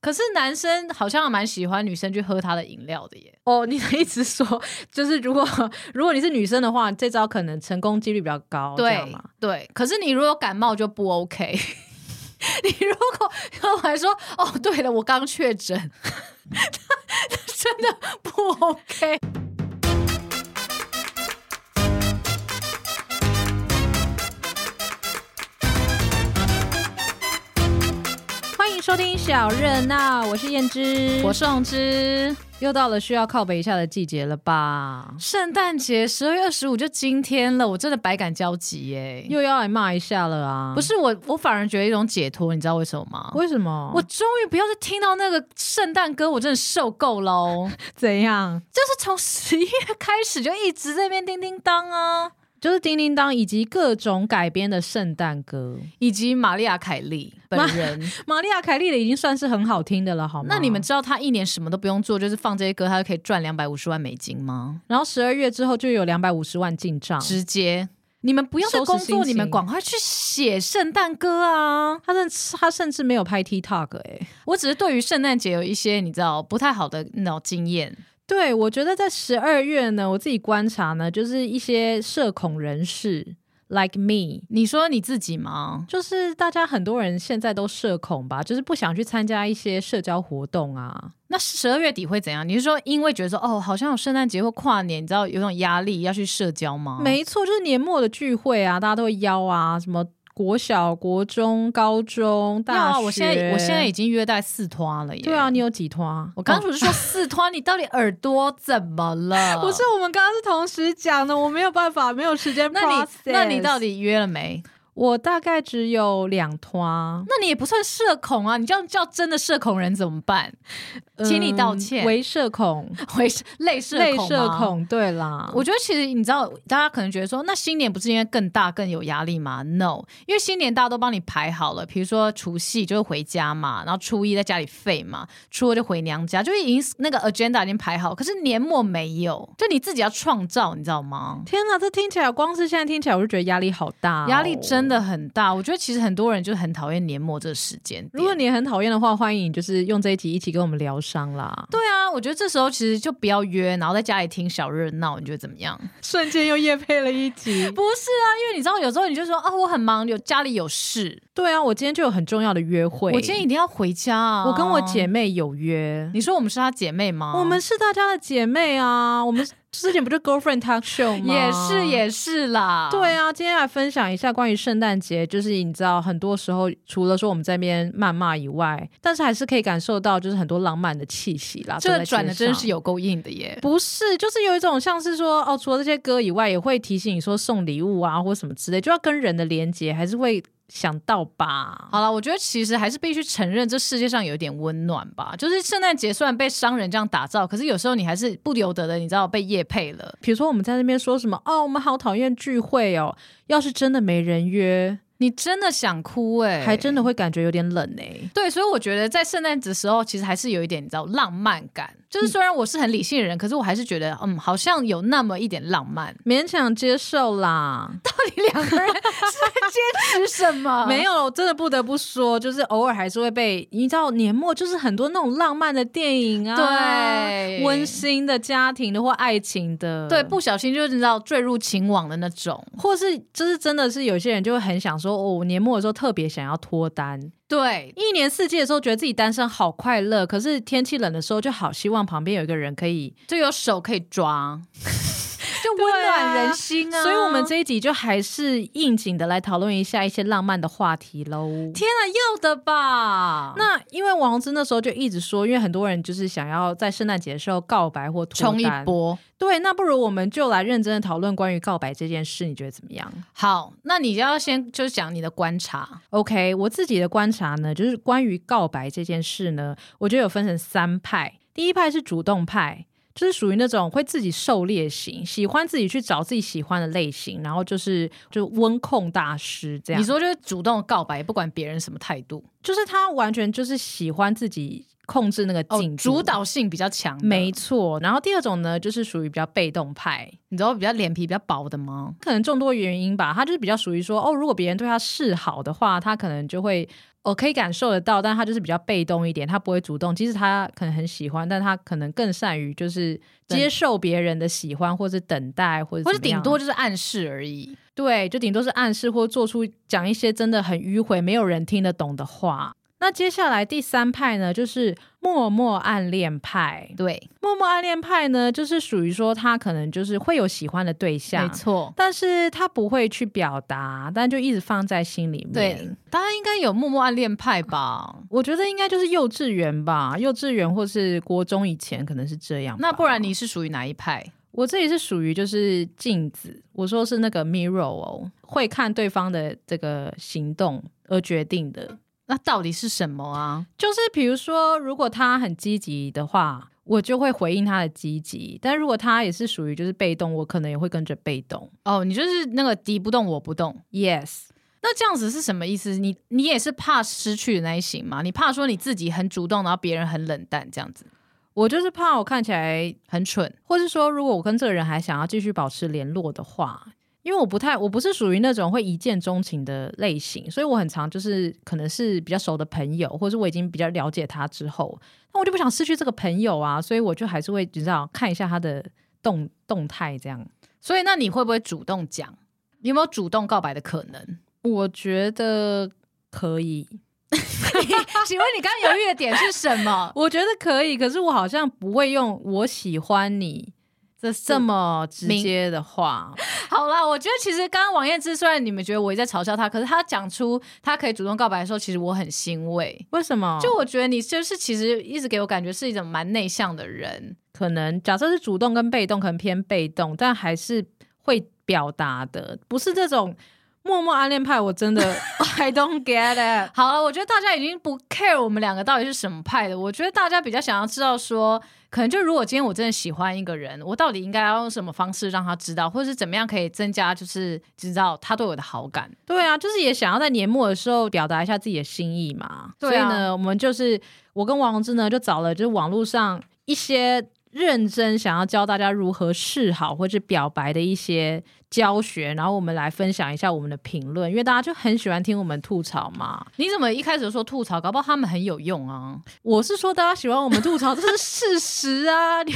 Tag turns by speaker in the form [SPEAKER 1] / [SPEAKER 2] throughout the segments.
[SPEAKER 1] 可是男生好像蛮喜欢女生去喝他的饮料的耶。
[SPEAKER 2] 哦，你的意思说，就是如果如果你是女生的话，这招可能成功几率比较高，哦这样
[SPEAKER 1] 对
[SPEAKER 2] 吗？
[SPEAKER 1] 对，可是你如果感冒就不 OK。你如果喝完说哦，对了，我刚确诊，他他真的不 OK。
[SPEAKER 2] 欢迎收听小热闹，我是燕之，
[SPEAKER 1] 我是红之，
[SPEAKER 2] 又到了需要靠北一下的季节了吧？
[SPEAKER 1] 圣诞节十二月二十五就今天了，我真的百感交集耶。
[SPEAKER 2] 又要来骂一下了啊！
[SPEAKER 1] 不，是我，我反而觉得一种解脱，你知道为什么吗？
[SPEAKER 2] 为什么？
[SPEAKER 1] 我终于不要再听到那个圣诞歌，我真的受够了哦。
[SPEAKER 2] 怎样？
[SPEAKER 1] 就是从十一月开始就一直在那边叮叮当啊，
[SPEAKER 2] 就是叮叮当以及各种改编的圣诞歌，
[SPEAKER 1] 以及玛丽亚凯莉本人。
[SPEAKER 2] 玛丽亚凯莉的已经算是很好听的了，好吗？
[SPEAKER 1] 那你们，知道她一年什么都不用做，就是放这些歌，她就可以赚两百五十万美金吗？
[SPEAKER 2] 然后十二月之后就有两百五十万进账，
[SPEAKER 1] 直接，你们不要再
[SPEAKER 2] 收拾
[SPEAKER 1] 工
[SPEAKER 2] 心
[SPEAKER 1] 作，你们
[SPEAKER 2] 情
[SPEAKER 1] 赶快去写圣诞歌啊！
[SPEAKER 2] 他甚至他甚至没有拍 TikTok 哎、
[SPEAKER 1] 我只是对于圣诞节有一些你知道不太好的那种经验。
[SPEAKER 2] 对，我觉得在十二月呢，我自己观察呢，就是一些社恐人士，like me，
[SPEAKER 1] 你说你自己吗？
[SPEAKER 2] 就是大家很多人现在都社恐吧，就是不想去参加一些社交活动啊。
[SPEAKER 1] 那十二月底会怎样？你是说因为觉得说哦，好像有圣诞节或跨年，你知道有种压力要去社交吗？
[SPEAKER 2] 没错，就是年末的聚会啊，大家都会邀啊，什么国小、国中、高中、
[SPEAKER 1] 有
[SPEAKER 2] 大学。
[SPEAKER 1] 啊，我现在我现在已经约在四团了耶。
[SPEAKER 2] 对啊，，你有几团？
[SPEAKER 1] 我刚刚
[SPEAKER 2] 哦
[SPEAKER 1] 不是说四团，你到底耳朵怎么 了？
[SPEAKER 2] 不是，我们刚刚是同时讲的，我没有办法，没有时间 process。
[SPEAKER 1] 那你那你到底约了没？
[SPEAKER 2] 我大概只有两团，
[SPEAKER 1] 那你也不算社恐啊！你这样叫真的社恐人怎么办？请你道歉，
[SPEAKER 2] 嗯为社恐，
[SPEAKER 1] 为类社
[SPEAKER 2] 类
[SPEAKER 1] 恐吗
[SPEAKER 2] 社。恐，对啦，
[SPEAKER 1] 我觉得其实你知道，大家可能觉得说，那新年不是应该更大更有压力吗？No，因为新年大家都帮你排好了，比如说除夕就是回家嘛，然后初一在家里废嘛，初二就回娘家，就已经那个 agenda 已经排好，可是年末没有，就你自己要创造，你知道吗？
[SPEAKER 2] 天哪，这听起来光是现在听起来我就觉得压力好大哦、
[SPEAKER 1] 压力真的很大，我觉得其实很多人就很讨厌年末这个时间点。
[SPEAKER 2] 如果你很讨厌的话，欢迎你就是用这一集一起跟我们疗伤啦。
[SPEAKER 1] 对啊，我觉得这时候其实就不要约，然后在家里听小热闹，你觉得怎么样？
[SPEAKER 2] 瞬间又夜配了一 集。
[SPEAKER 1] 不是啊，因为你知道，有时候你就说啊，我很忙，有家里有事，
[SPEAKER 2] 对啊，我今天就有很重要的约会。
[SPEAKER 1] 我今天一定要回家啊。
[SPEAKER 2] 我跟我姐，妹有约，
[SPEAKER 1] 你说我们是她姐妹吗？
[SPEAKER 2] 我们是大家的姐妹啊。我们之前不是 girlfriend talk show 吗？
[SPEAKER 1] 也是。也是啦，
[SPEAKER 2] 对啊，今天来分享一下关于圣诞节，就是你知道，很多时候除了说我们这边谩骂以外，但是还是可以感受到就是很多浪漫的气息啦。
[SPEAKER 1] 这
[SPEAKER 2] 走
[SPEAKER 1] 个
[SPEAKER 2] 在街
[SPEAKER 1] 转的真
[SPEAKER 2] 上
[SPEAKER 1] 是有够硬的耶。
[SPEAKER 2] 不是，就是有一种像是说哦，除了这些歌以外，也会提醒你说送礼物啊，或什么之类，就要跟人的连接，还是会想到吧。
[SPEAKER 1] 好了，我觉得其实还是必须承认，这世界上有一点温暖吧。就是圣诞节虽然被商人这样打造，可是有时候你还是不由得的，你知道被夜配了。
[SPEAKER 2] 比如说我们在那边说什么哦，我们好讨厌聚会哦，要是真的没人约，
[SPEAKER 1] 你真的想哭哎、
[SPEAKER 2] 还真的会感觉有点冷哎、
[SPEAKER 1] 对，所以我觉得在圣诞节的时候，其实还是有一点你知道浪漫感。就是虽然我是很理性的人，可是我还是觉得，嗯，好像有那么一点浪 漫。
[SPEAKER 2] 勉强接受啦，
[SPEAKER 1] 到底两个人是在坚持什么？
[SPEAKER 2] 没有，真的不得不说，就是偶尔还是会被，你知道年末就是很多那种浪漫的电影啊，
[SPEAKER 1] 对
[SPEAKER 2] 温馨的家庭的或爱情的，
[SPEAKER 1] 对，不小心就是你知道坠入情网的那种。
[SPEAKER 2] 或是就是真的是有些人就会很想说，哦，我年末的时候特别想要脱单，
[SPEAKER 1] 对，
[SPEAKER 2] 一年四季的时候觉得自己单身好快乐，可是天气冷的时候就好希望旁边有一个人可以
[SPEAKER 1] 就有手可以抓， 就温
[SPEAKER 2] 对啊
[SPEAKER 1] 暖人心啊。
[SPEAKER 2] 所以，我们这一集就还是应景的来讨论一下一些浪漫的话题喽。
[SPEAKER 1] 天啊，要的吧？
[SPEAKER 2] 那因为王之那时候就一直说，因为很多人就是想要在圣诞节的时候告白或脱
[SPEAKER 1] 冲一
[SPEAKER 2] 单。
[SPEAKER 1] 波。
[SPEAKER 2] 对，那不如我们就来认真的讨论关于告白这件事，你觉得怎么样？
[SPEAKER 1] 好，那你要先就讲你的观察。
[SPEAKER 2] OK，我自己的观察呢，就是关于告白这件事呢，我觉得有分成三派。第一派是主动派，就是属于那种会自己狩猎型，喜欢自己去找自己喜欢的类型，然后就是就温控大师这样。
[SPEAKER 1] 你说就是主动告白，不管别人什么态度，
[SPEAKER 2] 就是他完全就是喜欢自己控制那个
[SPEAKER 1] 哦
[SPEAKER 2] 进、，
[SPEAKER 1] 主。导性比较强的。
[SPEAKER 2] 没错，然后第二种呢，就是属于比较被动派，
[SPEAKER 1] 你知道比较脸皮比较薄的吗？
[SPEAKER 2] 可能众多原因吧，他就是比较属于说，哦，如果别人对他示好的话，他可能就会我可以感受得到，但他就是比较被动一点，他不会主动。即使他可能很喜欢，但他可能更善于就是接受别人的喜欢，或者等待，或者
[SPEAKER 1] 或
[SPEAKER 2] 者
[SPEAKER 1] 者顶多就是暗示而已。
[SPEAKER 2] 对，就顶多是暗示或做出讲一些真的很迂回、没有人听得懂的话。那接下来第三派呢，就是默默暗恋派。
[SPEAKER 1] 对，
[SPEAKER 2] 默默暗恋派呢，就是属于说他可能就是会有喜欢的对
[SPEAKER 1] 没
[SPEAKER 2] 象，
[SPEAKER 1] 错。
[SPEAKER 2] 但是他不会去表达，但就一直放在心里面。
[SPEAKER 1] 对，大家应该有默默暗恋派吧？
[SPEAKER 2] 我觉得应该就是幼稚园吧，幼稚园或是国中以前可能是这样吧。
[SPEAKER 1] 那不然你是属于哪一派？
[SPEAKER 2] 我这里是属于就是镜子，我说是那个 mirror 哦，会看对方的这个行动而决定的。
[SPEAKER 1] 那到底是什么啊？
[SPEAKER 2] 就是比如说，如果他很积极的话，我就会回应他的积极；但如果他也是属于就是被动，我可能也会跟着被动。
[SPEAKER 1] 哦，你就是那个敌不动我不动。
[SPEAKER 2] Yes，
[SPEAKER 1] 那这样子是什么意思？你你也是怕失去的那一型吗？你怕说你自己很主动，然后别人很冷淡，这样子
[SPEAKER 2] 我就是怕我看起来
[SPEAKER 1] 很蠢。
[SPEAKER 2] 或是说，如果我跟这个人还想要继续保持联络的话，因为我不太，我不是属于那种会一见钟情的类型，所以我很常就是可能是比较熟的朋友，或是我已经比较了解他之后，那我就不想失去这个朋友啊，所以我就还是会你知道看一下他的动动态这样。
[SPEAKER 1] 所以那你会不会主动讲？你有没有主动告白的可能？
[SPEAKER 2] 我觉得可以，
[SPEAKER 1] 请问你刚刚犹豫的点是什么？
[SPEAKER 2] 我觉得可以，可是我好像不会用“我喜欢你”这这么直
[SPEAKER 1] 明
[SPEAKER 2] 接的话。
[SPEAKER 1] 好啦，我觉得其实刚刚王燕之虽然你们觉得我一直在嘲笑他，可是他讲出他可以主动告白的时候，其实我很欣慰。
[SPEAKER 2] 为什么？
[SPEAKER 1] 就我觉得你就是其实一直给我感觉是一种蛮内向的人，
[SPEAKER 2] 可能假设是主动跟被动，可能偏被动，但还是会表达的，不是这种默默暗恋派。我真的 I don't get it。
[SPEAKER 1] 好了，我觉得大家已经不 care 我们两个到底是什么派的。我觉得大家比较想要知道说，可能就如果今天我真的喜欢一个人，我到底应该要用什么方式让他知道，或者是怎么样可以增加就是知道他对我的好感。
[SPEAKER 2] 对啊，就是也想要在年末的时候表达一下自己的心意嘛。
[SPEAKER 1] 对啊
[SPEAKER 2] 所以呢，我们就是我跟王志呢就找了就是网络上一些认真想要教大家如何示好或是表白的一些教学，然后我们来分享一下我们的评论，因为大家就很喜欢听我们吐槽嘛。
[SPEAKER 1] 你怎么一开始就说吐槽，搞不好他们很有用啊？
[SPEAKER 2] 我是说大家喜欢我们吐槽，这是事实啊。你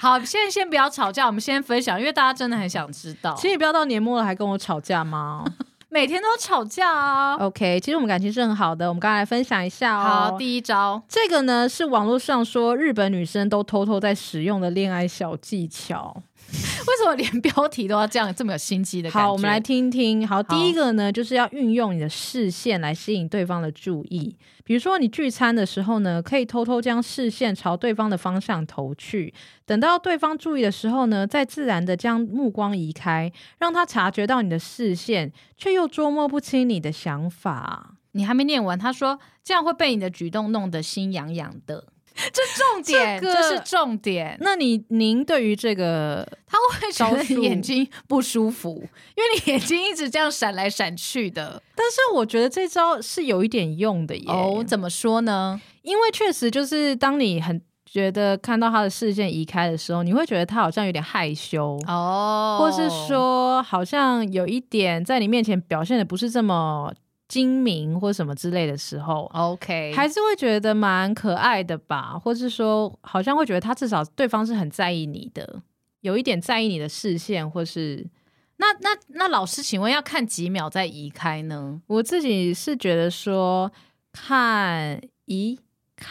[SPEAKER 1] 好，现在先不要吵架，我们先分享，因为大家真的很想知道，
[SPEAKER 2] 请你不要到年末了还跟我吵 架吗
[SPEAKER 1] 每天都吵架啊。
[SPEAKER 2] ？OK，其实我们感情是很好的，我们刚才来分享一下哦。
[SPEAKER 1] 好，第一招，
[SPEAKER 2] 这个呢是网络上说日本女生都偷偷在使用的恋爱小技巧。
[SPEAKER 1] 为什么连标题都要这样这么有心机的感觉？
[SPEAKER 2] 好，我们来听听。好，第
[SPEAKER 1] 好
[SPEAKER 2] 一个呢就是要运用你的视线来吸引对方的注意。比如说你聚餐的时候呢，可以偷偷将视线朝对方的方向投去，等到对方注意的时候呢，再自然的将目光移开，让他察觉到你的视线，却又捉摸不清你的想法。
[SPEAKER 1] 你还没念完，他说这样会被你的举动弄得心痒痒的。 这重点，
[SPEAKER 2] 这
[SPEAKER 1] 这
[SPEAKER 2] 个
[SPEAKER 1] 是重点。
[SPEAKER 2] 那你您对于这个
[SPEAKER 1] 他会觉得
[SPEAKER 2] 招数
[SPEAKER 1] 你眼睛不舒服，因为你眼睛一直这样闪来闪去的。
[SPEAKER 2] 但是我觉得这招是有一点用的耶，
[SPEAKER 1] 哦，怎么说呢？
[SPEAKER 2] 因为确实就是当你很觉得看到他的视线移开的时候，你会觉得他好像有点害羞，
[SPEAKER 1] 哦，
[SPEAKER 2] 或是说好像有一点在你面前表现的不是这么精明或什么之类的时候。
[SPEAKER 1] ，OK，
[SPEAKER 2] 还是会觉得蛮可爱的吧，或是说，好像会觉得他至少对方是很在意你的，有一点在意你的视线，或是
[SPEAKER 1] 那那那老师，请问要看几秒再移开呢？
[SPEAKER 2] 我自己是觉得说，看一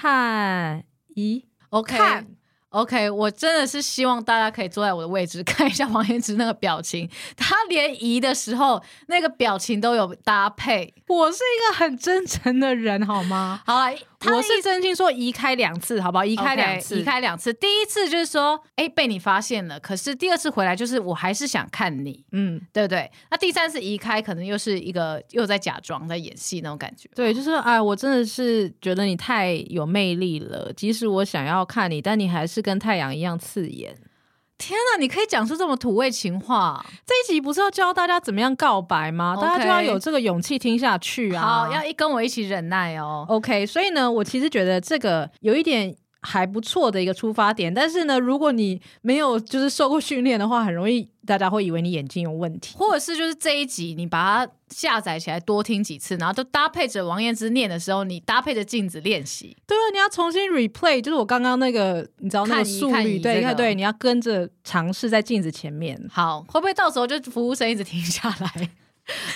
[SPEAKER 2] 看一
[SPEAKER 1] OK
[SPEAKER 2] 看
[SPEAKER 1] OK，我真的是希望大家可以坐在我的位置 看一下王彦之那个表情，他连移的时候那个表情都有搭配。
[SPEAKER 2] 我是一个很真诚的人，好吗？
[SPEAKER 1] 好了，他
[SPEAKER 2] 我是真心说移开两次，好不好？移
[SPEAKER 1] 移
[SPEAKER 2] 开哦两次
[SPEAKER 1] 移开两次。第一次就是说，哎，被你发现了，可是第二次回来就是我还是想看你，
[SPEAKER 2] 嗯，
[SPEAKER 1] 对不对？那第三次移开，可能又是一个又在假装在演戏那种感觉。
[SPEAKER 2] 对，就是哎，我真的是觉得你太有魅力了，即使我想要看你，但你还是跟太阳一样刺眼。
[SPEAKER 1] 天哪，你可以讲出这么土味情话，
[SPEAKER 2] 这一集不是要教大家怎么样告白吗
[SPEAKER 1] OK
[SPEAKER 2] 大家就要有这个勇气听下去啊！
[SPEAKER 1] 好，要一跟我一起忍耐哦。
[SPEAKER 2] OK，所以呢，我其实觉得这个有一点还不错的一个出发点。但是呢，如果你没有就是受过训练的话，很容易大家会以为你眼睛有问题。
[SPEAKER 1] 或者是就是这一集你把它下载起来多听几次，然后都搭配着王燕之念的时候，你搭配着镜子练习。
[SPEAKER 2] 对啊，你要重新 replay，就是我刚刚那个，你知道那个
[SPEAKER 1] 看一
[SPEAKER 2] 速
[SPEAKER 1] 看
[SPEAKER 2] 率，
[SPEAKER 1] 一
[SPEAKER 2] 对
[SPEAKER 1] 这个
[SPEAKER 2] 对，你要跟着尝试在镜子前面。
[SPEAKER 1] 好，会不会到时候就服务生一直停下来？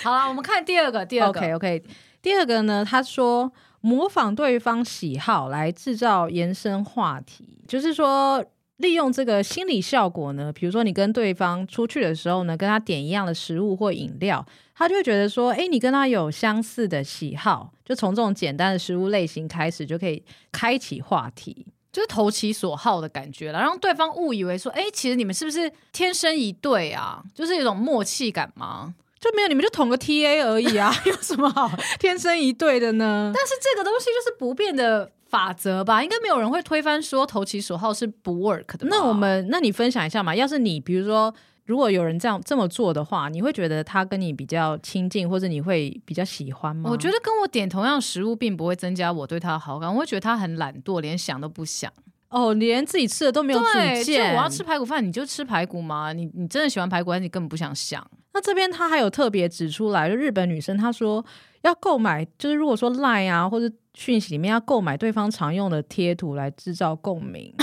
[SPEAKER 1] 好了，我们看第二个，第二个
[SPEAKER 2] OK OK，第二个呢，他说模仿对方喜好来制造延伸话题，就是说。利用这个心理效果呢，比如说你跟对方出去的时候呢，跟他点一样的食物或饮料，他就会觉得说，诶，你跟他有相似的喜好，就从这种简单的食物类型开始，就可以开启话题。
[SPEAKER 1] 就是投其所好的感觉了，让对方误以为说，哎、其实你们是不是天生一对啊？就是有一种默契感吗？
[SPEAKER 2] 就没有，你们就捅个 TA 而已 啊，有什么好天生一对的呢？
[SPEAKER 1] 但是这个东西就是不变的法则吧，应该没有人会推翻说投其所好是不 work 的吧。
[SPEAKER 2] 那我们，那你分享一下嘛？要是你，比如说，如果有人这样这么做的话，你会觉得他跟你比较亲近，或者你会比较喜欢吗？
[SPEAKER 1] 我觉
[SPEAKER 2] 得
[SPEAKER 1] 得跟我点同样食物，并不会增加我对他的好感。我会觉得他很懒惰，连想都不想。
[SPEAKER 2] 哦，连自己吃的都没有主
[SPEAKER 1] 对，啊就
[SPEAKER 2] 见。
[SPEAKER 1] 我要吃。排骨饭，你就吃排骨嘛。你你真的喜欢排骨，还是你根本不想想？
[SPEAKER 2] 那这边他还有特别指出来，就日本女生她说要购买，就是如果说 Line 啊或者讯息里面要购买对方常用的贴图来制造 共鸣，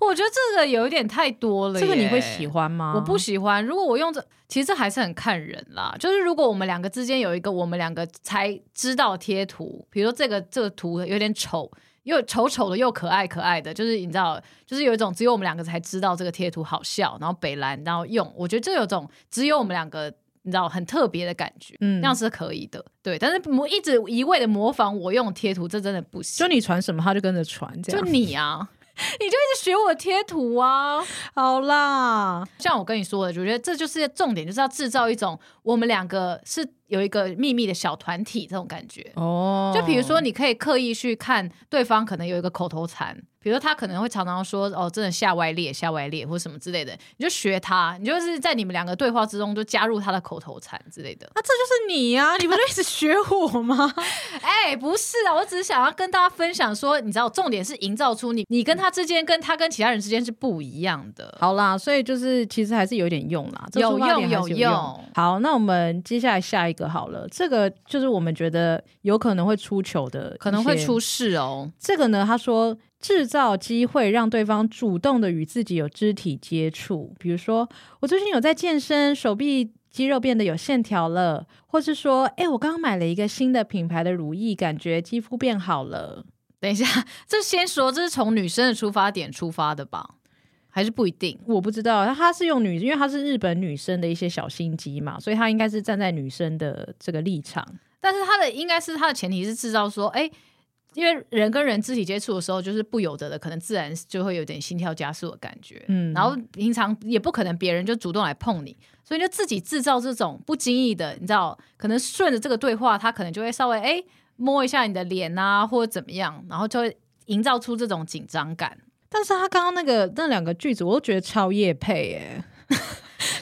[SPEAKER 1] 我觉得这个有一点太多了。
[SPEAKER 2] 这个你会喜？欢吗？
[SPEAKER 1] 我不喜欢。如果我用这，其实这还是很看人啦。就是如果我们两个之间有一个我们两个才知道贴图，比如说这个这个图有点丑，又丑丑的又可爱可爱的，就是你知道，就是有一种只有我们两个才知道这个贴图好笑，然后北蓝然后用，我觉得这有种只有我们两个。你知道很特别的感觉，
[SPEAKER 2] 嗯
[SPEAKER 1] 那样是可以的，对。但是模一直一味的模仿我用贴图，这真的不行。
[SPEAKER 2] 就你传什么，他就跟着传，这
[SPEAKER 1] 就
[SPEAKER 2] 样
[SPEAKER 1] 你啊， 你就一直学我贴图啊。
[SPEAKER 2] 好啦。
[SPEAKER 1] 像我跟你说的，我觉得这就是重点，就是要制造一种我们两个是有一个秘密的小团体这种感觉。
[SPEAKER 2] 哦，
[SPEAKER 1] 就比如说，你可以刻意去看对方可能有一个口头禅，比如说他可能会常常说“哦，真的下歪裂，下歪裂”或什么之类的，你就学他，你就是在你们两个对话之中就加入他的口头禅之类的。
[SPEAKER 2] 那、这就是你 呀、你不就一直学我吗？
[SPEAKER 1] 哎、不是啊，我只是想要跟大家分享说，你知道，重点是营造出你你跟他之间，跟他跟其他人之间是不一样的。
[SPEAKER 2] 好啦，所以就是其实还是有点用啦，这
[SPEAKER 1] 有
[SPEAKER 2] 出发点
[SPEAKER 1] 用
[SPEAKER 2] 还是
[SPEAKER 1] 有
[SPEAKER 2] 有
[SPEAKER 1] 用
[SPEAKER 2] 好，那我们接下来下一个好了，这个就是我们觉得有可能会出糗的，
[SPEAKER 1] 可能会出。事哦，
[SPEAKER 2] 这个呢，他说制造机会让对方主动的与自己有肢体接触，比如说我最近有在健身，手臂肌肉变得有线条了，或是说，哎、我刚刚买了一个新的品牌的乳液，感觉肌肤变好了。
[SPEAKER 1] 等一下，这先说，这是从女生的出发点出发的吧？还是不一定？
[SPEAKER 2] 我不知道，她是用女，因为她是日本女生的一些小心机嘛，所以她应该是站在女生的这个立场。
[SPEAKER 1] 但是他的应该是他的前提是制造说，哎、因为人跟人肢体接触的时候，就是不由得的，可能自然就会有点心跳加速的感觉。
[SPEAKER 2] 嗯
[SPEAKER 1] 然后平常也不可能别人就主动来碰你，所以就自己制造这种不经意的，你知道，可能顺着这个对话，他可能就会稍微哎、摸一下你的脸啊，或者怎么样，然后就会营造出这种紧张感。
[SPEAKER 2] 但是她刚刚那个那两个句子，我都觉得超夜配耶、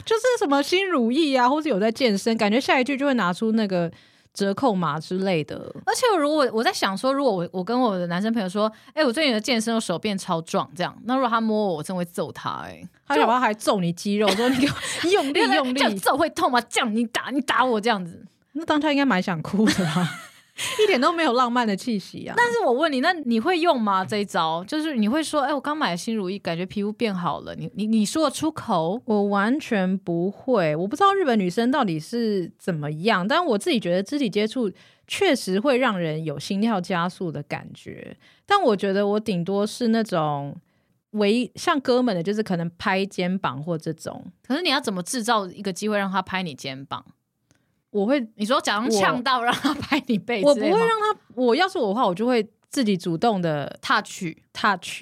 [SPEAKER 2] 就是什么新如意啊，或是有在健身，感觉下一句就会拿出那个折扣码之类的。
[SPEAKER 1] 而且如果我在想说，如果我我跟我的男生朋友说，哎、我最近的健身，我手变超壮，这样，那如果他摸我，我真的会揍他、哎，
[SPEAKER 2] 她搞不好还揍你肌肉，说你给我用力用
[SPEAKER 1] 这样
[SPEAKER 2] 力。
[SPEAKER 1] 揍会痛吗？这样你打你打我这样子。
[SPEAKER 2] 那当下应该蛮想哭的吧， 一点都没有浪漫的气息啊。
[SPEAKER 1] 但是我问你，那你会用吗？这一招就是你会说，哎、我刚买了新如意，感觉皮肤变好了，你你你说得出口？
[SPEAKER 2] 我完全不会，我不知道日本女生到底是怎么样，但我自己觉得肢体接触确实会让人有心跳加速的感觉。但我觉得我顶多是那种为像哥们的，就是可能拍肩膀或这种，
[SPEAKER 1] 可是你要怎么制造一个机会让他拍你肩膀？
[SPEAKER 2] 我会
[SPEAKER 1] 你说假装呛到让他拍你背之类吗，
[SPEAKER 2] 我不会让他，我要是我的话，我就会自己主动的
[SPEAKER 1] 他去。
[SPEAKER 2] touch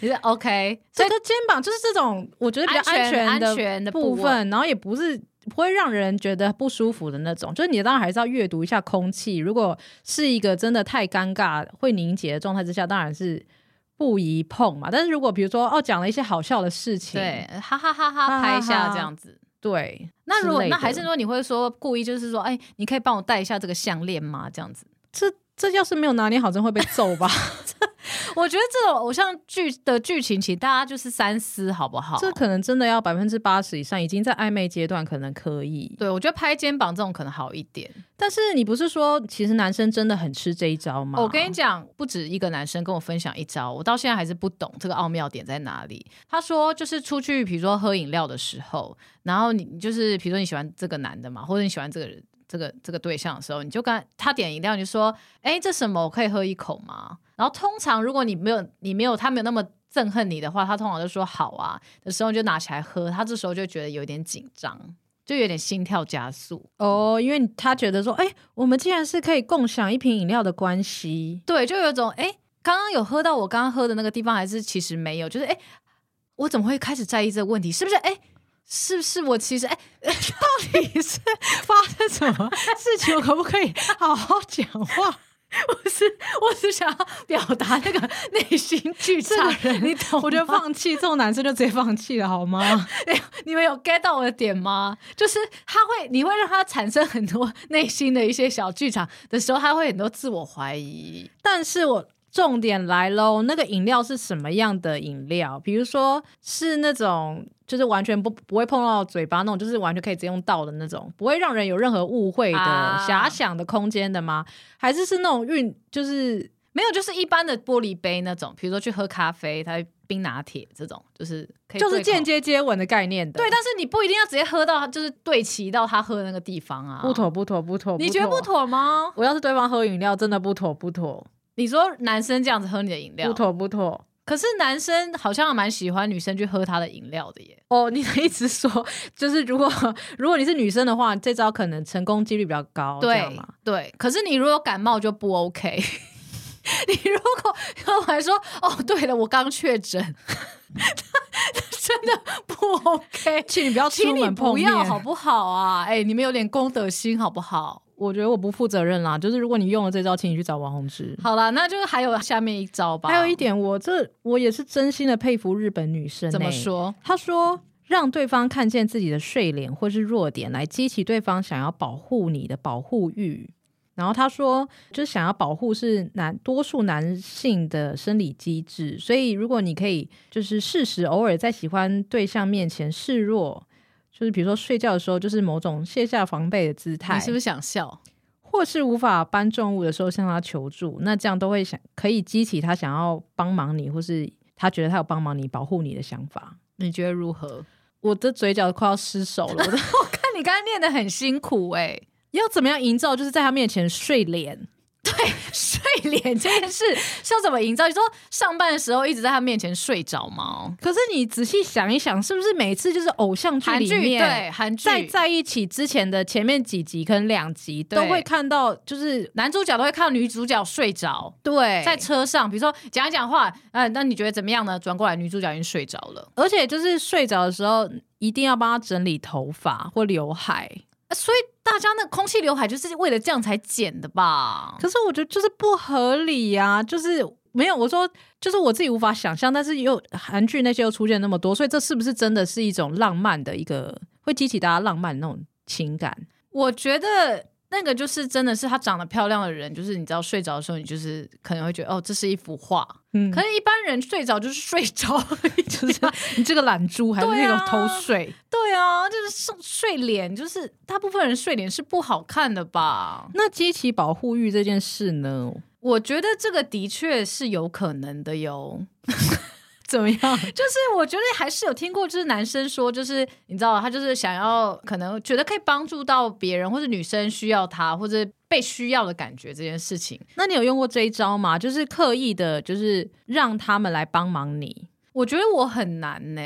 [SPEAKER 1] 你是 OK，
[SPEAKER 2] 这个肩膀，就是这种我觉得比较
[SPEAKER 1] 安全
[SPEAKER 2] 的
[SPEAKER 1] 安全的
[SPEAKER 2] 部
[SPEAKER 1] 部
[SPEAKER 2] 分，然后也不是不会让人觉得不舒服的那种。就是你当然还是要阅读一下空气，如果是一个真的太尴尬会凝结的状态之下，当然是不宜碰嘛。但是如果比如说哦讲了一些好笑的事情，
[SPEAKER 1] 对，哈哈哈
[SPEAKER 2] 哈哈
[SPEAKER 1] 哈拍一下
[SPEAKER 2] 哈
[SPEAKER 1] 这样子。
[SPEAKER 2] 对
[SPEAKER 1] 那如果
[SPEAKER 2] 之类的
[SPEAKER 1] 那还是说你会说故意就是说，哎，你可以帮我戴一下这个项链吗？这样子，
[SPEAKER 2] 这这要是没有拿捏好，真会被揍吧。
[SPEAKER 1] 我觉得这种偶像剧的剧情，其实大家就是三思好不好？
[SPEAKER 2] 这可能真的要百分之八十以上，已经在暧昧阶段可能可以。
[SPEAKER 1] 对我觉得拍肩膀这种可能好一点。
[SPEAKER 2] 但是你不是说，其实男生真的很吃这一招吗？
[SPEAKER 1] 哦我跟你讲，不止一个男生跟我分享一招，我到现在还是不懂这个奥妙点在哪里。他说，就是出去，比如说喝饮料的时候，然后你就是比如说你喜欢这个男的嘛，或者你喜欢这个人。这个这个对象的时候，你就跟他他点饮料，你就说：“哎，这什么？我可以喝一口吗？”然后通常如果你没有你没有他没有那么憎恨你的话，他通常就说“好啊”的时候就拿起来喝，他这时候就觉得有点紧张，就有点心跳加速。
[SPEAKER 2] 哦，因为他觉得说，哎、我们竟然是可以共享一瓶饮料的关系，
[SPEAKER 1] 对，就有一种哎，诶刚刚有喝到我刚刚喝的那个地方，还是其实没有，就是哎，诶我怎么会开始在意这个问题？是不是哎？诶是不是我其实哎、诶 到底是发生什么 事情？我可不可以好好讲话？我是我只想要表达那个内心剧场，你懂吗？
[SPEAKER 2] 我觉得放弃这种男生就直接放弃了好吗？
[SPEAKER 1] 你们有 get 到我的点吗？就是他会，你会让他产生很多内心的一些小剧场的时候，他会很多自我怀疑。
[SPEAKER 2] 但是我重点来喽，那个饮料是什么样的饮料？比如说是那种就是完全不不会碰到嘴巴那种，就是完全可以直接用倒的那种，不会让人有任何误会的、
[SPEAKER 1] 啊
[SPEAKER 2] 遐想的空间的吗？还是是那种运就是
[SPEAKER 1] 没有，就是一般的玻璃杯那种，比如说去喝咖啡，他冰拿铁这种，就是可以
[SPEAKER 2] 就是
[SPEAKER 1] 对口
[SPEAKER 2] 间接接吻的概念的？
[SPEAKER 1] 对，但是你不一定要直接喝到，就是对齐到他喝的那个地方啊。
[SPEAKER 2] 不，妥不妥不妥，
[SPEAKER 1] 你觉得不？
[SPEAKER 2] 啊
[SPEAKER 1] 妥吗？
[SPEAKER 2] 我要是对方喝饮料，真的不妥不妥
[SPEAKER 1] 你说男生这样子喝你的饮料
[SPEAKER 2] 不，妥不妥。
[SPEAKER 1] 可是男生好像蛮喜欢女生去喝他的饮料的耶。
[SPEAKER 2] 哦，你的意思是说，就是如果如果你是女生的话，这招可能成功几率比较高，哦这样
[SPEAKER 1] 对
[SPEAKER 2] 吗？
[SPEAKER 1] 对，可是你如果感冒就不 OK。你如果喝完说哦，对了，我刚确诊， 他他真的不 OK，
[SPEAKER 2] 请你不要出
[SPEAKER 1] 请你
[SPEAKER 2] 门碰
[SPEAKER 1] 不
[SPEAKER 2] 面，
[SPEAKER 1] 要好不好啊？哎、你们有点公德心好不好？
[SPEAKER 2] 我觉得我不负责任啦。就是如果你用了这招，请你去找王红之。
[SPEAKER 1] 好啦，那就是还有下面一招吧。
[SPEAKER 2] 还有一点，我这我也是真心的佩服日本女生、欸
[SPEAKER 1] 怎么？说？
[SPEAKER 2] 她说。让对方看见自己的睡脸或是弱点，来激起对方想要保护你的保护欲。然后她说，就是想要保护是男多数男性的生理机制，所以如果你可以就是适时偶尔在喜欢对象面前示弱，就是比如说睡觉的时候，就是某种卸下防备的姿态，
[SPEAKER 1] 你是不是想笑？
[SPEAKER 2] 或是无法搬重物的时候向他求助，那这样都会想可以激起他想要帮忙你，或是他觉得他有帮忙你、保护你的想法。
[SPEAKER 1] 你觉得如何？
[SPEAKER 2] 我的嘴角快要失手了， 我的
[SPEAKER 1] 看你刚才念的很辛苦哎、
[SPEAKER 2] 要怎么样营造就是在他面前睡脸？
[SPEAKER 1] 睡脸这件事是要怎么营造？你说上班的时候一直在他面前睡着吗？
[SPEAKER 2] 可是你仔细想一想，是不是每次就是偶像剧
[SPEAKER 1] 韩
[SPEAKER 2] 里
[SPEAKER 1] 剧
[SPEAKER 2] 面
[SPEAKER 1] 对韩剧
[SPEAKER 2] 在在一起之前的前面几集可能两集
[SPEAKER 1] 对
[SPEAKER 2] 都会看到，就是
[SPEAKER 1] 男主角都会看到女主角睡着，
[SPEAKER 2] 对
[SPEAKER 1] 在车上，比如说讲一讲话，呃，那你觉得怎么样呢？转过来，女主角已经睡着了、
[SPEAKER 2] 而且就是睡着的时候一定要帮他整理头发或刘海。
[SPEAKER 1] 呃所以大家那空气刘海就是为了这样才剪的吧？
[SPEAKER 2] 可是我觉得就是不合理呀、就是没有我说，就是我自己无法想象，但是又韩剧那些又出现那么多，所以这是不是真的是一种浪漫的一个会激起大家浪漫的那种情感？
[SPEAKER 1] 我觉得那个就是真的是她长得漂亮的人，就是你知道睡着的时候，你就是可能会觉得哦，这是一幅画。
[SPEAKER 2] 嗯
[SPEAKER 1] 可是，一般人睡着就是睡着 而已，就
[SPEAKER 2] 就是啊你这个懒猪还是
[SPEAKER 1] 对
[SPEAKER 2] 那
[SPEAKER 1] 啊
[SPEAKER 2] 种偷睡？
[SPEAKER 1] 对啊，就是睡睡脸，就是大部分人睡脸是不好看的吧？
[SPEAKER 2] 那激起保护欲这件事呢？
[SPEAKER 1] 我觉得这个的确是有可能的哟。
[SPEAKER 2] 怎么样？
[SPEAKER 1] 就是我觉得还是有听过，就是男生说，就是你知道，他就是想要可能觉得可以帮助到别人，或者女生需要他，或者被需要的感觉这件事情。
[SPEAKER 2] 那你有用过这一招吗？就是刻意的，就是让他们来帮忙你，
[SPEAKER 1] 我觉得我很难呢、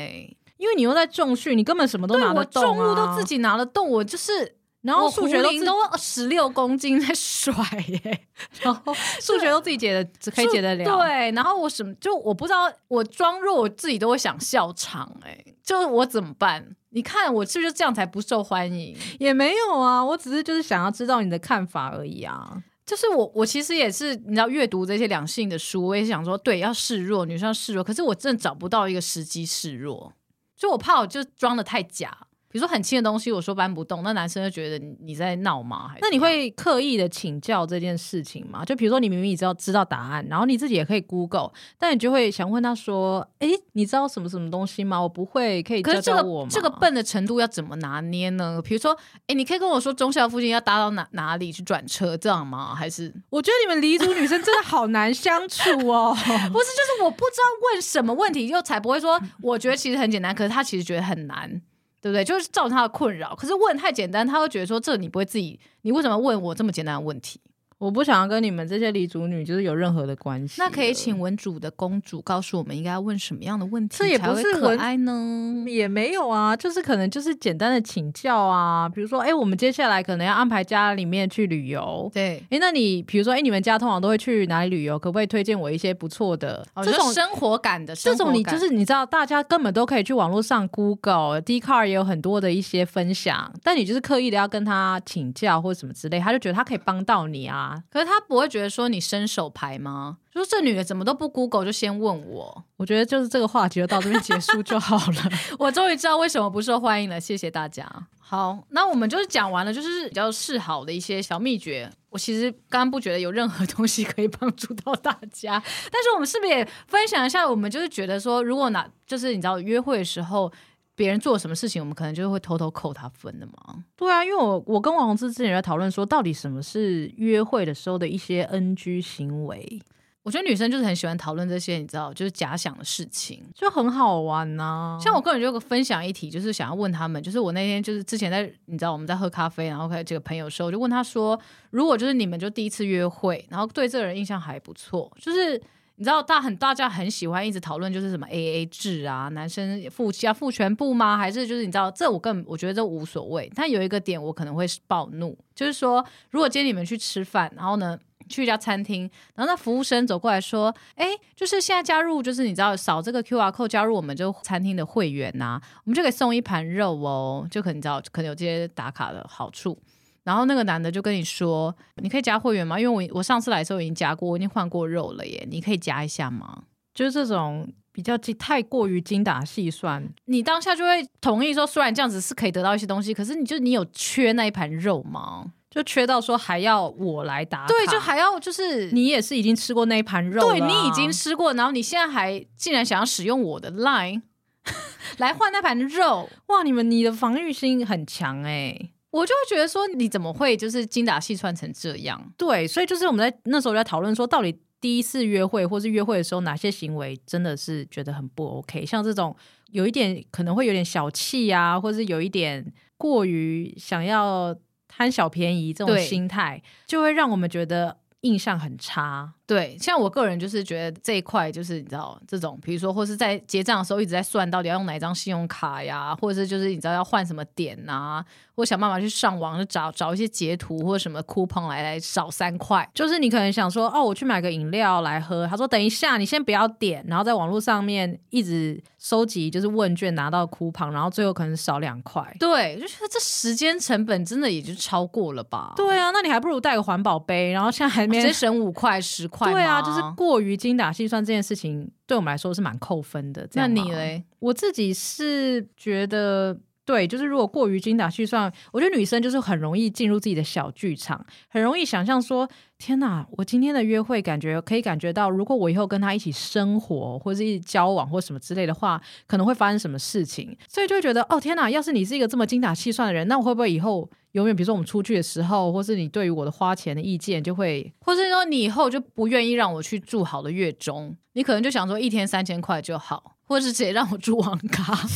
[SPEAKER 2] 因为你又在重训，你根本什么都
[SPEAKER 1] 对
[SPEAKER 2] 拿
[SPEAKER 1] 我
[SPEAKER 2] 得动、啊、
[SPEAKER 1] 重物都自，己拿得动，我就是。
[SPEAKER 2] 然
[SPEAKER 1] 然
[SPEAKER 2] 后
[SPEAKER 1] 后
[SPEAKER 2] 数
[SPEAKER 1] 数学
[SPEAKER 2] 学都
[SPEAKER 1] 都
[SPEAKER 2] 自己
[SPEAKER 1] 十六公斤在甩耶、然 后
[SPEAKER 2] 数学都自己解的，只可以解得了。
[SPEAKER 1] 对，然后我什么就我不知道，我装弱我自己都会想笑场哎、就我怎么办？你看我是不是这样才不受欢迎？
[SPEAKER 2] 也没有啊，我只是就是想要知道你的看法而已啊。
[SPEAKER 1] 就是我我其实也是，你知道阅读这些两性的书，我也想说对要示弱，女生要示弱，可是我真的找不到一个时机示弱，就我怕我就装的太假。比比如说很轻的东西，我说搬不动，那男生就觉得你你在闹吗？还是
[SPEAKER 2] 那你
[SPEAKER 1] 怎样
[SPEAKER 2] 会刻意的请教这件事情吗？就比如说你明明你知道知道答案，然后你自己也可以 Google，但你就会想问他说：“诶，你知道什么什么东西吗？我不会，可以
[SPEAKER 1] 可
[SPEAKER 2] 教
[SPEAKER 1] 是这
[SPEAKER 2] 教我
[SPEAKER 1] 个
[SPEAKER 2] 吗？”
[SPEAKER 1] 这个笨的程度要怎么拿捏呢？比如说，哎，你可以跟我说中校附近要搭到哪哪里去转车，这样吗？还是
[SPEAKER 2] 我觉得你们黎族女生真的好难相处 哦。
[SPEAKER 1] 不是？就是我不知道问什么问题，又才不会 说我觉得其实很简单，可是他其实觉得很难，对不对？就是造成他的困扰。可是问太简单，他会觉得说这你不会自己，你为什么问我这么简单的问题？
[SPEAKER 2] 我不想要跟你们这些黎族女就是有任何的关系。
[SPEAKER 1] 那可以请文主的公主告诉我们应该要问什么样的问题，
[SPEAKER 2] 这也不是
[SPEAKER 1] 可
[SPEAKER 2] 文
[SPEAKER 1] 爱哎呢？
[SPEAKER 2] 也没有啊，就是可能就是简单的请教啊，比如说，诶，我们接下来可能要安排家里面去旅游。哎
[SPEAKER 1] 对，
[SPEAKER 2] 诶，那你比如说，诶，你们家通常都会去哪里旅游？可不可以推荐我一些不错的、
[SPEAKER 1] 哦
[SPEAKER 2] 这
[SPEAKER 1] 就
[SPEAKER 2] 种
[SPEAKER 1] 生活感的，
[SPEAKER 2] 这种你
[SPEAKER 1] 生活感
[SPEAKER 2] 就是你知道，大家根本都可以去网络上 Google、d c a r 也有很多的一些分享，但你就是刻意的要跟他请教或什么之类，他就觉得他可以帮到你啊。
[SPEAKER 1] 可是他不会觉得说你伸手牌吗？就说这女的怎么都不 Google 就先问我，
[SPEAKER 2] 我觉得就是这个话题就到这边结束就好 了。
[SPEAKER 1] 我终于知道为什么不受欢迎了，谢谢大家。好，那我们就是讲完了，就是比较示好的一些小秘诀。我其实刚刚不觉得有任何东西可以帮助到大家，但是我们是不是也分享一下？我们就是觉得说，如果哪就是你知道约会的时候别人做什么事情，我们可能就会偷偷扣他分的嘛。
[SPEAKER 2] 对啊，因为我我跟王宏志之前有在讨论说，到底什么是约会的时候的一些 NG 行为，
[SPEAKER 1] 我觉得女生就是很喜欢讨论这些，你知道，就是假想的事情。
[SPEAKER 2] 就很好玩呐、
[SPEAKER 1] 像我个人就有个分享一题，就是想要问他们，就是我那天就是之前在你知道我们在喝咖啡，然后开几个朋友的时候，我就问他说，如果就是你们就第一次约会，然后对这个人印象还不错，就是。你知道大很大家很喜欢一直讨论就是什么 A A 制啊，男生付要付全部吗？还是就是你知道这我根本我觉得这无所谓，但有一个点我可能会暴怒，就是说如果今天你们去吃饭，然后呢去一家餐厅，然后那服务生走过来说，哎，就是现在加入，就是你知道扫这个 Q R code 加入我们就餐厅的会员呐、我们就可以送一盘肉哦，就可能你知道可能有这些打卡的好处。然后那个男的就跟你说，你可以加会员吗？因为我我上次来的时候已经加过，我已经换过肉了耶，你可以加一下吗？
[SPEAKER 2] 就是这种比较精太过于精打细算，
[SPEAKER 1] 你当下就会同意说，虽然这样子是可以得到一些东西，可是你就你有缺那一盘肉吗？
[SPEAKER 2] 就缺到说还要我来打卡，
[SPEAKER 1] 对，就还要就是
[SPEAKER 2] 你也是已经吃过那一盘肉了啊、
[SPEAKER 1] 对你已经吃过，然后你现在还竟然想要使用我的 Line 来换那盘肉，
[SPEAKER 2] 哇，你们你的防御心很强哎、
[SPEAKER 1] 我就会觉得说，你怎么会就是精打细算成这样？
[SPEAKER 2] 对，所以就是我们在那时候在讨论说，到底第一次约会或是约会的时候，哪些行为真的是觉得很不 OK？像这种有一点可能会有点小气啊，或是有一点过于想要贪小便宜这种
[SPEAKER 1] 对
[SPEAKER 2] 心态，就会让我们觉得印象很差。
[SPEAKER 1] 对，像我个人就是觉得这一块就是你知道这种，比如说或是在结账的时候一直在算到底要用哪一张信用卡呀，或者是就是你知道要换什么点呐、或想办法去上网就找找一些截图或什么 coupon 来来少三块。
[SPEAKER 2] 就是你可能想说，哦，我去买个饮料来喝。他说等一下，你先不要点，然后在网络上面一直收集，就是问卷拿到 coupon，然后最后可能少两块。
[SPEAKER 1] 对，就觉得这时间成本真的也就超过了吧？，
[SPEAKER 2] 对啊，那你还不如带个环保杯，然后现在还没
[SPEAKER 1] 直接省五块十块吗。
[SPEAKER 2] 对啊，就是过于精打细算这件事情，对我们来说是蛮扣分的。这
[SPEAKER 1] 那
[SPEAKER 2] 样吗
[SPEAKER 1] 你？嘞？
[SPEAKER 2] 我自己是觉得。对，就是如果过于精打细算，我觉得女生就是很容易进入自己的小剧场，很容易想象说：天哪，我今天的约会感觉可以感觉到，如果我以后跟他一起生活，或是一起交往或什么之类的话，可能会发生什么事情，所以就会觉得哦天哪，要是你是一个这么精打细算的人，那我会不会以后永远，比如说我们出去的时候，或是你对于我的花钱的意见，就会
[SPEAKER 1] 或是说你以后就不愿意让我去住好的月中，你可能就想说一天三千块就好， 或是直接让我住网 咖。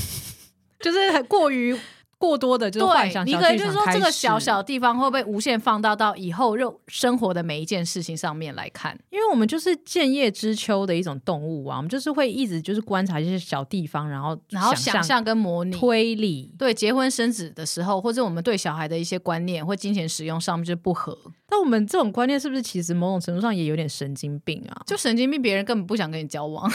[SPEAKER 2] 就是很过于过多的，就是幻想
[SPEAKER 1] 你
[SPEAKER 2] 小
[SPEAKER 1] 可能
[SPEAKER 2] 剧
[SPEAKER 1] 就是
[SPEAKER 2] 场
[SPEAKER 1] 说
[SPEAKER 2] 开
[SPEAKER 1] 这个
[SPEAKER 2] 始
[SPEAKER 1] 小小，地方会被无限放大到以后肉生活的每一件事情上面来看。
[SPEAKER 2] 因为我们就是见叶知秋的一种动物啊，我们就是会一直就是观察这些小地方，然后
[SPEAKER 1] 然后想
[SPEAKER 2] 象
[SPEAKER 1] 象跟模拟。
[SPEAKER 2] 推理。
[SPEAKER 1] 对结婚生子的时候，或者我们对小孩的一些观念或金钱使用上面就不合，
[SPEAKER 2] 但我们这种观念是不是其实某种程度上也有点神经病啊？
[SPEAKER 1] 就神经病，别人根本不想跟你交往。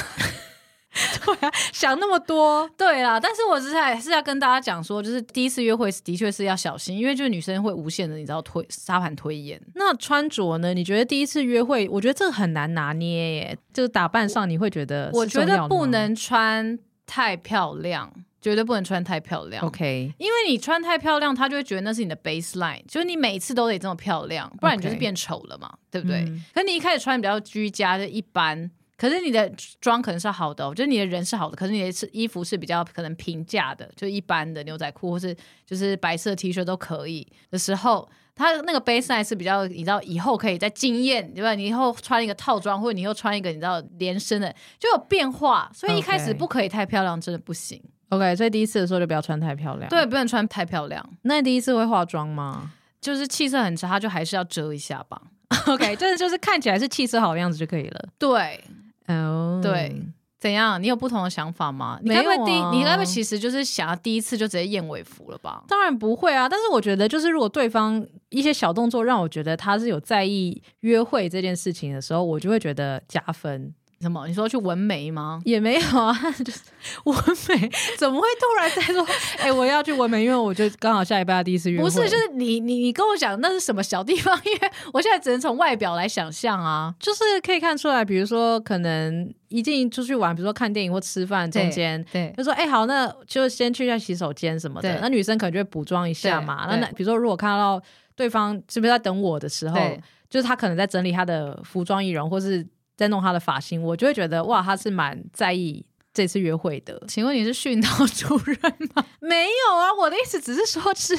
[SPEAKER 2] 想那么多，
[SPEAKER 1] 对啦，但是我只是还是要跟大家讲说，就是第一次约会的确是要小心，因为就是女生会无限的你知道推沙盘推演。
[SPEAKER 2] 那穿着呢？你觉得第一次约会，我觉得这个很难拿呃捏耶。就是打扮上，你会觉得
[SPEAKER 1] 我
[SPEAKER 2] 是重
[SPEAKER 1] 觉
[SPEAKER 2] 要的吗
[SPEAKER 1] 得不能穿太漂亮，绝对不能穿太漂亮。
[SPEAKER 2] OK，
[SPEAKER 1] 因为你穿太漂亮，他就会觉得那是你的 baseline，就是你每一次都得这么漂亮，不然你就是变丑了嘛对不对？
[SPEAKER 2] 嗯
[SPEAKER 1] 可是你一开始穿比较居家就一般，可是你的妆可能是好的、哦，就是你的人是好的，可是你的是衣服是比较可能平价的，就一般的牛仔裤或是就是白色 T 恤都可以的时候。它那个 baseline 是比较，你知道以后可以再惊艳，对吧？你以后穿一个套装，或者你又穿一个你知道连身的，就有变化。所以一开始
[SPEAKER 2] OK
[SPEAKER 1] 不可以太漂亮，真的不行。
[SPEAKER 2] OK，所以第一次的时候就不要穿太漂亮。，
[SPEAKER 1] 对，不能穿太漂亮。
[SPEAKER 2] 那你第一次会化妆吗？
[SPEAKER 1] 就是气色很差，就还是要遮一下吧。
[SPEAKER 2] OK，就是就是看起来是气色好的样子就可以了。
[SPEAKER 1] 对，
[SPEAKER 2] 哦、
[SPEAKER 1] 对，怎样？你有不同的想法吗？你该不会
[SPEAKER 2] 没
[SPEAKER 1] 第、
[SPEAKER 2] 有啊
[SPEAKER 1] 你该不会其实就是想要第一次就直接燕尾服了吧？
[SPEAKER 2] 当然不会啊，但是我觉得就是如果对方一些小动作让我觉得他是有在意约会这件事情的时候，我就会觉得加分。
[SPEAKER 1] 什么？你说去纹眉吗？
[SPEAKER 2] 也没有啊， 就是纹眉怎么会突然在说，哎、我要去纹眉，因为我就刚好下礼拜要第一次约会。
[SPEAKER 1] 不是，就是你你你跟我讲那是什么小地方？ 因为我现在只能从外表来想象啊。
[SPEAKER 2] 就是可以看出来，比如说可能一进出去玩，比如说看电影或吃饭中间。
[SPEAKER 1] 对
[SPEAKER 2] 就说哎、好，那就先去一下洗手间什么的
[SPEAKER 1] 对。
[SPEAKER 2] 那女生可能就会补妆一下嘛。
[SPEAKER 1] 对
[SPEAKER 2] 那那比如说，如果看到对方是不是在等我的时候，
[SPEAKER 1] 对
[SPEAKER 2] 就是她可能在整理她的服装仪容，或是在弄她的发型，我就会觉得哇，她是蛮在意这次约会的。
[SPEAKER 1] 请问你是训导 主任吗？
[SPEAKER 2] 没有啊，我的意思只是说是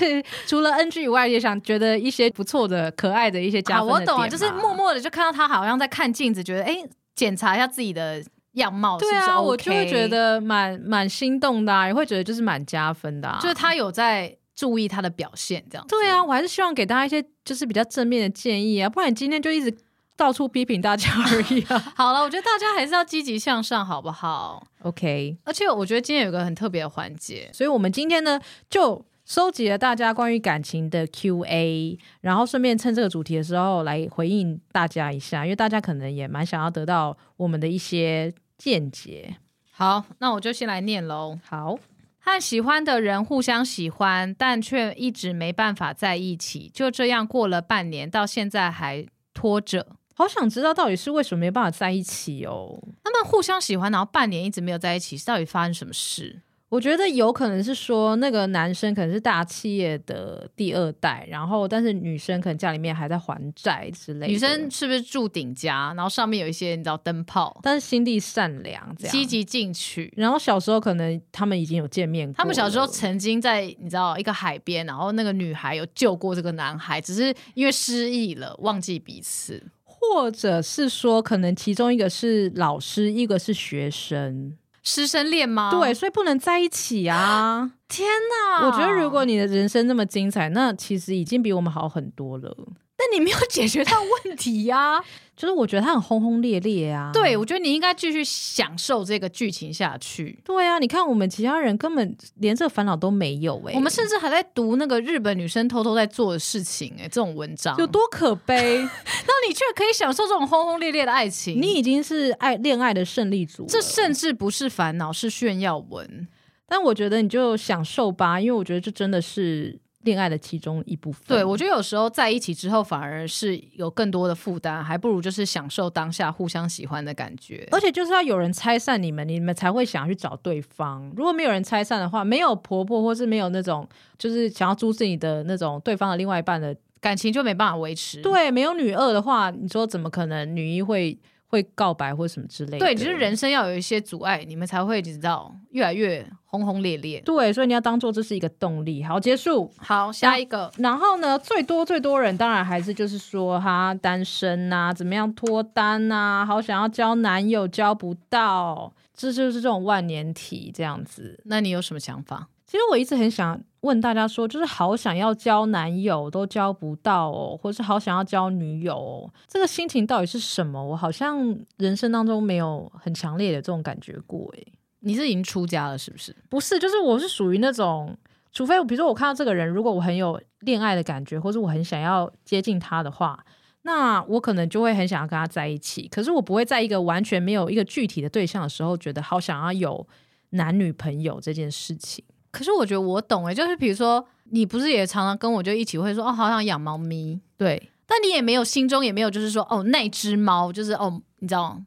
[SPEAKER 2] 除了 NG 以外，也想觉得一些不错的、可爱的一些
[SPEAKER 1] 啊，
[SPEAKER 2] 加分的
[SPEAKER 1] 我懂啊，
[SPEAKER 2] 点
[SPEAKER 1] 就是
[SPEAKER 2] 嘛
[SPEAKER 1] 默默的就看到他好像在看镜子，觉得哎，检查一下自己的样貌是不
[SPEAKER 2] 对
[SPEAKER 1] 是 OK。
[SPEAKER 2] 啊，我就会觉得蛮蛮心动的、啊，也会觉得就是蛮加分的、啊。
[SPEAKER 1] 就是他有在注意他的表现，这样子
[SPEAKER 2] 对啊，我还是希望给大家一些就是比较正面的建议啊，不然你今天就一直到处批评大家而已啊。
[SPEAKER 1] 好了，我觉得大家还是要积极向上，好不好？
[SPEAKER 2] OK，
[SPEAKER 1] 而且我觉得今天有一个很特别的环节，
[SPEAKER 2] 所以我们今天呢就收集了大家关于感情的 Q&A，然后顺便趁这个主题的时候来回应大家一下，因为大家可能也蛮想要得到我们的一些见解。
[SPEAKER 1] 好，那我就先来念喽。
[SPEAKER 2] 好，
[SPEAKER 1] 和喜欢的人互相喜欢，但却一直没办法在一起，就这样过了半年，到现在还拖着。
[SPEAKER 2] 好想知道到底是为什么没办法在一起哦。
[SPEAKER 1] 他们互相喜欢，然后半年一直没有在一起，到底发生什么事？
[SPEAKER 2] 我觉得有可能是说，那个男生可能是大企业的第二代，然后但是女生可能家里面还在还债之类的。
[SPEAKER 1] 女生，是不是住顶家，然后上面有一些你知道灯泡，
[SPEAKER 2] 但是心地善良，这样
[SPEAKER 1] 积。极进取？
[SPEAKER 2] 然后小时候可能他们已经有见面过了
[SPEAKER 1] 他们小时候曾经在你知道一个海边，然后那个女孩有救过这个男孩，只是因为失忆了，忘记彼此。
[SPEAKER 2] 或者是说，可能其中一个是老师，一个是学生，
[SPEAKER 1] 师生恋吗？
[SPEAKER 2] 对，，所以不能在一起啊。
[SPEAKER 1] 啊 天哪！
[SPEAKER 2] 我觉得如果你的人生那么精彩，那其实已经比我们好很多了。
[SPEAKER 1] 但你没有解决到问题呀、
[SPEAKER 2] 就是我觉得他很轰轰烈烈 啊，
[SPEAKER 1] 对，我觉得你应该继续享受这个剧情下去。
[SPEAKER 2] 对啊，你看我们其他人根本连这个烦恼都没有哎、
[SPEAKER 1] 我们甚至还在读那个日本女生偷偷在做的事情、哎，这种文章，
[SPEAKER 2] 有多可 悲？
[SPEAKER 1] 那你却可以享受这种轰轰烈烈的爱情，
[SPEAKER 2] 你已经是爱恋爱的胜利组了，
[SPEAKER 1] 这甚至不是烦恼，是炫耀文。
[SPEAKER 2] 但我觉得你就享受吧，因为我觉得这真的是恋爱的其中一部分。
[SPEAKER 1] 对，我觉得有时候在一起之后，反而是有更多的负担，还不如就是享受当下互相喜欢的感觉。
[SPEAKER 2] 而且就是要有人拆散你们，你们才会想要去找对方。如果没有人拆散的话，没有婆婆或是没有那种就是想要阻止你的那种对方的另外一半的，
[SPEAKER 1] 感情就没办法维持。
[SPEAKER 2] 对，没有女二的话，你说怎么可能女一会会告白或什么之类的？
[SPEAKER 1] 对，就是人生要有一些阻碍，你们才会你知道越来越轰轰烈烈。
[SPEAKER 2] 对，所以你要当做这是一个动力。好，结束。
[SPEAKER 1] 好，下一个。
[SPEAKER 2] 然后呢，最多最多人当然还是就是说他单身呐、怎么样脱单呐、好想要交男友交不到，这就是这种万年题这样子。
[SPEAKER 1] 那你有什么想法？
[SPEAKER 2] 其实我一直很想问大家说，就是好想要交男友都交不到哦，或是好想要交女友哦，这个心情到底是什么？我好像人生当中没有很强烈的这种感觉过诶。
[SPEAKER 1] 你是已经出家了是不是？
[SPEAKER 2] 不是，就是我是属于那种，除非我比如说我看到这个人，如果我很有恋爱的感觉，或者我很想要接近他的话，那我可能就会很想要跟他在一起。可是我不会在一个完全没有一个具体的对象的时候，觉得好想要有男女朋友这件事情。
[SPEAKER 1] 可是我觉得我懂诶、欸就是比如说你不是也常常跟我就一起会说哦，好想养猫咪，
[SPEAKER 2] 对，
[SPEAKER 1] 但你也没有心中也没有就是说哦那只猫就是哦你知道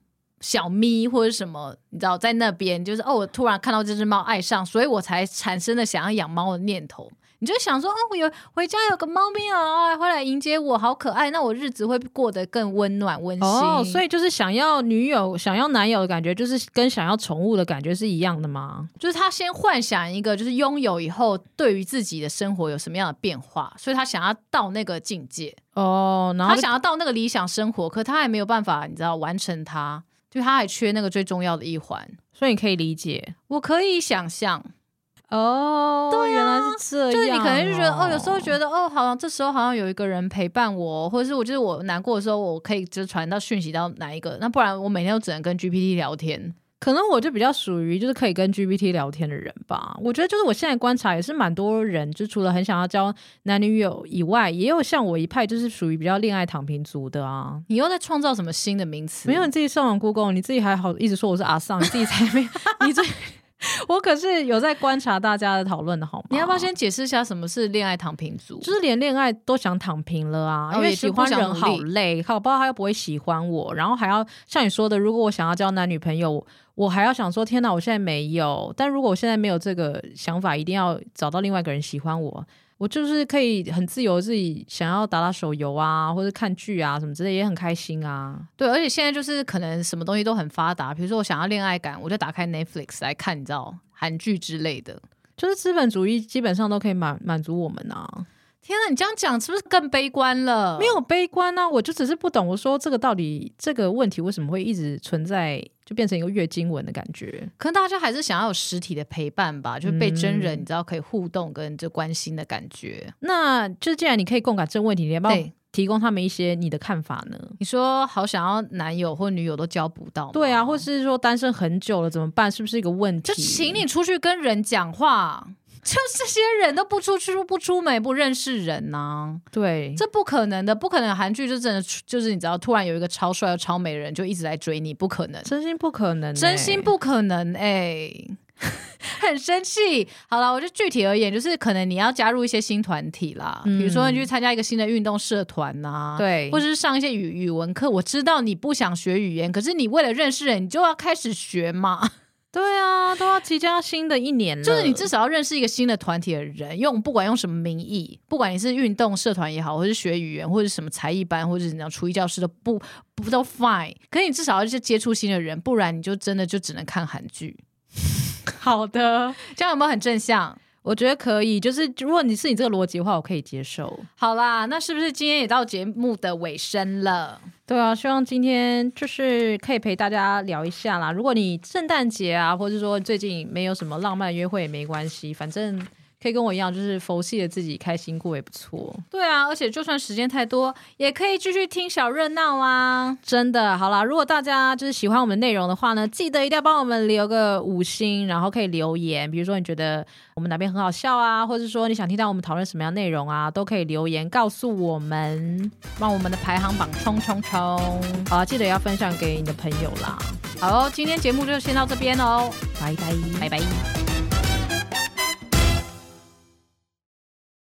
[SPEAKER 1] 小咪或者什么，你知道在那边就是哦，我突然看到这只猫爱上，所以我才产生了想要养猫的念头。你就想说，哦，我有回家有个猫咪啊，会来迎接我，好可爱，那我日子会过得更温暖温馨。
[SPEAKER 2] 哦，所以就是想要女友、想要男友的感觉，就是跟想要宠物的感觉是一样的吗？
[SPEAKER 1] 就是他先幻想一个，就是拥有以后对于自己的生活有什么样的变化，所以他想要到那个境界，
[SPEAKER 2] 哦，然后
[SPEAKER 1] 他想要到那个理想生活，可他还没有办法，你知道完成它，就他还缺那个最重要的一环。
[SPEAKER 2] 所以你可以理解
[SPEAKER 1] 我可以想象，
[SPEAKER 2] 哦，对、原来是这
[SPEAKER 1] 啊就是你
[SPEAKER 2] 样、
[SPEAKER 1] 可能就觉得哦，有时候觉得哦，好像这时候好像有一个人陪伴我，或者是我就是我难过的时候，我可以就传到讯息到哪一个，那不然我每天都只能跟 GPT 聊天。
[SPEAKER 2] 哦可能我就比较属于就是可以跟 GPT 聊天的人吧。我觉得就是我现在观察也是蛮多人，就除了很想要交男女友以外，也有像我一派就是属于比较恋爱躺平族的啊。
[SPEAKER 1] 你又在创造什么新的名词？
[SPEAKER 2] 没有你自己上网 Google，你自己还好一直说我是阿尚，你自己才 没你这。我可是有在观察大家的讨论的好吗？
[SPEAKER 1] 你要不要先解释一下什么是恋爱躺平族？
[SPEAKER 2] 就是连恋爱都想躺平了啊，
[SPEAKER 1] 哦
[SPEAKER 2] 因为
[SPEAKER 1] 也就
[SPEAKER 2] 喜
[SPEAKER 1] 不
[SPEAKER 2] 欢
[SPEAKER 1] 想
[SPEAKER 2] 人
[SPEAKER 1] 努
[SPEAKER 2] 好
[SPEAKER 1] 力
[SPEAKER 2] 累，好不知道他又不会喜欢我，然后还要像你说的，如果我想要交男女朋友，我我还要想说天哪，我现在没有，但如果我现在没有这个想法，一定要找到另外一个人喜欢我。我就是可以很自由，自己想要打打手游啊，或者看剧啊什么之类，也很开心啊。
[SPEAKER 1] 对，而且现在就是可能什么东西都很发达，比如说我想要恋爱感，我就打开 Netflix 来看，你知道韩剧之类的。
[SPEAKER 2] 就是资本主义基本上都可以满满足我们啊，
[SPEAKER 1] 天啊，你这样讲是不是更悲观了？
[SPEAKER 2] 没有悲观啊，我就只是不懂，我说这个到底这个问题为什么会一直存在，就变成一个月经文的感觉。
[SPEAKER 1] 可能大家还是想要有实体的陪伴吧，就是被真
[SPEAKER 2] 嗯
[SPEAKER 1] 人，你知道可以互动跟就关心的感觉。
[SPEAKER 2] 那就既然你可以共感这个问题，你要不要
[SPEAKER 1] 对，
[SPEAKER 2] 提供他们一些你的看法呢？
[SPEAKER 1] 你说好想要男友或女友都交不到，
[SPEAKER 2] 对啊，，或是说单身很久了怎么办？是不是一个问题？
[SPEAKER 1] 就请你出去跟人讲话。就这些人都不出去、不出门、不认识人呐、
[SPEAKER 2] 对，
[SPEAKER 1] 这不可能的，不可能。韩剧就真的出就是你知道，突然有一个超帅又超美的人就一直来追你，不可能。
[SPEAKER 2] 真心不可能欸、
[SPEAKER 1] 真心不可能哎、 很生气。好了，我就具体而言，就是可能你要加入一些新团体啦，
[SPEAKER 2] 嗯
[SPEAKER 1] 比如说你去参加一个新的运动社团呐、。
[SPEAKER 2] 对，
[SPEAKER 1] 或者是上一些语语文课，我知道你不想学语言，可是你为了认识人，你就要开始学嘛。
[SPEAKER 2] 对啊，都要即将要新的一年 了，
[SPEAKER 1] 就是 你至少要认识一个新的团体的人，用不管用什么名义，不管你是运动社团也好，或是学语言，或者什么才艺班，或者是你要厨艺教师都不不都 fine。可是你至少要去接触新的人，不然你就真的就只能看韩剧。
[SPEAKER 2] 好的，
[SPEAKER 1] 这样有没有很正向？
[SPEAKER 2] 我觉得可以。就是如果你是你这个逻辑的话，我可以接受。
[SPEAKER 1] 好啦，那是不是今天也到节目的尾声了？
[SPEAKER 2] 对啊，希望今天就是可以陪大家聊一下啦。如果你圣诞节啊，或者说最近没有什么浪漫约会也没关系，反正可以跟我一样，就是佛系的自己开心过也不错。
[SPEAKER 1] 对啊，而且就算时间太多，也可以继续听小热闹啊。
[SPEAKER 2] 真的，好啦，如果大家就是喜欢我们的内容的话呢，记得一定要帮我们留个五星，然后可以留言，比如说你觉得我们哪边很好笑啊，或者说你想听到我们讨论什么样内容啊，都可以留言告诉我们。
[SPEAKER 1] 让我们的排行榜冲冲冲！
[SPEAKER 2] 好啊，记得要分享给你的朋友啦，
[SPEAKER 1] 好哦，今天节目就先到这边哦，
[SPEAKER 2] 拜
[SPEAKER 1] 拜
[SPEAKER 2] 拜，
[SPEAKER 1] 拜。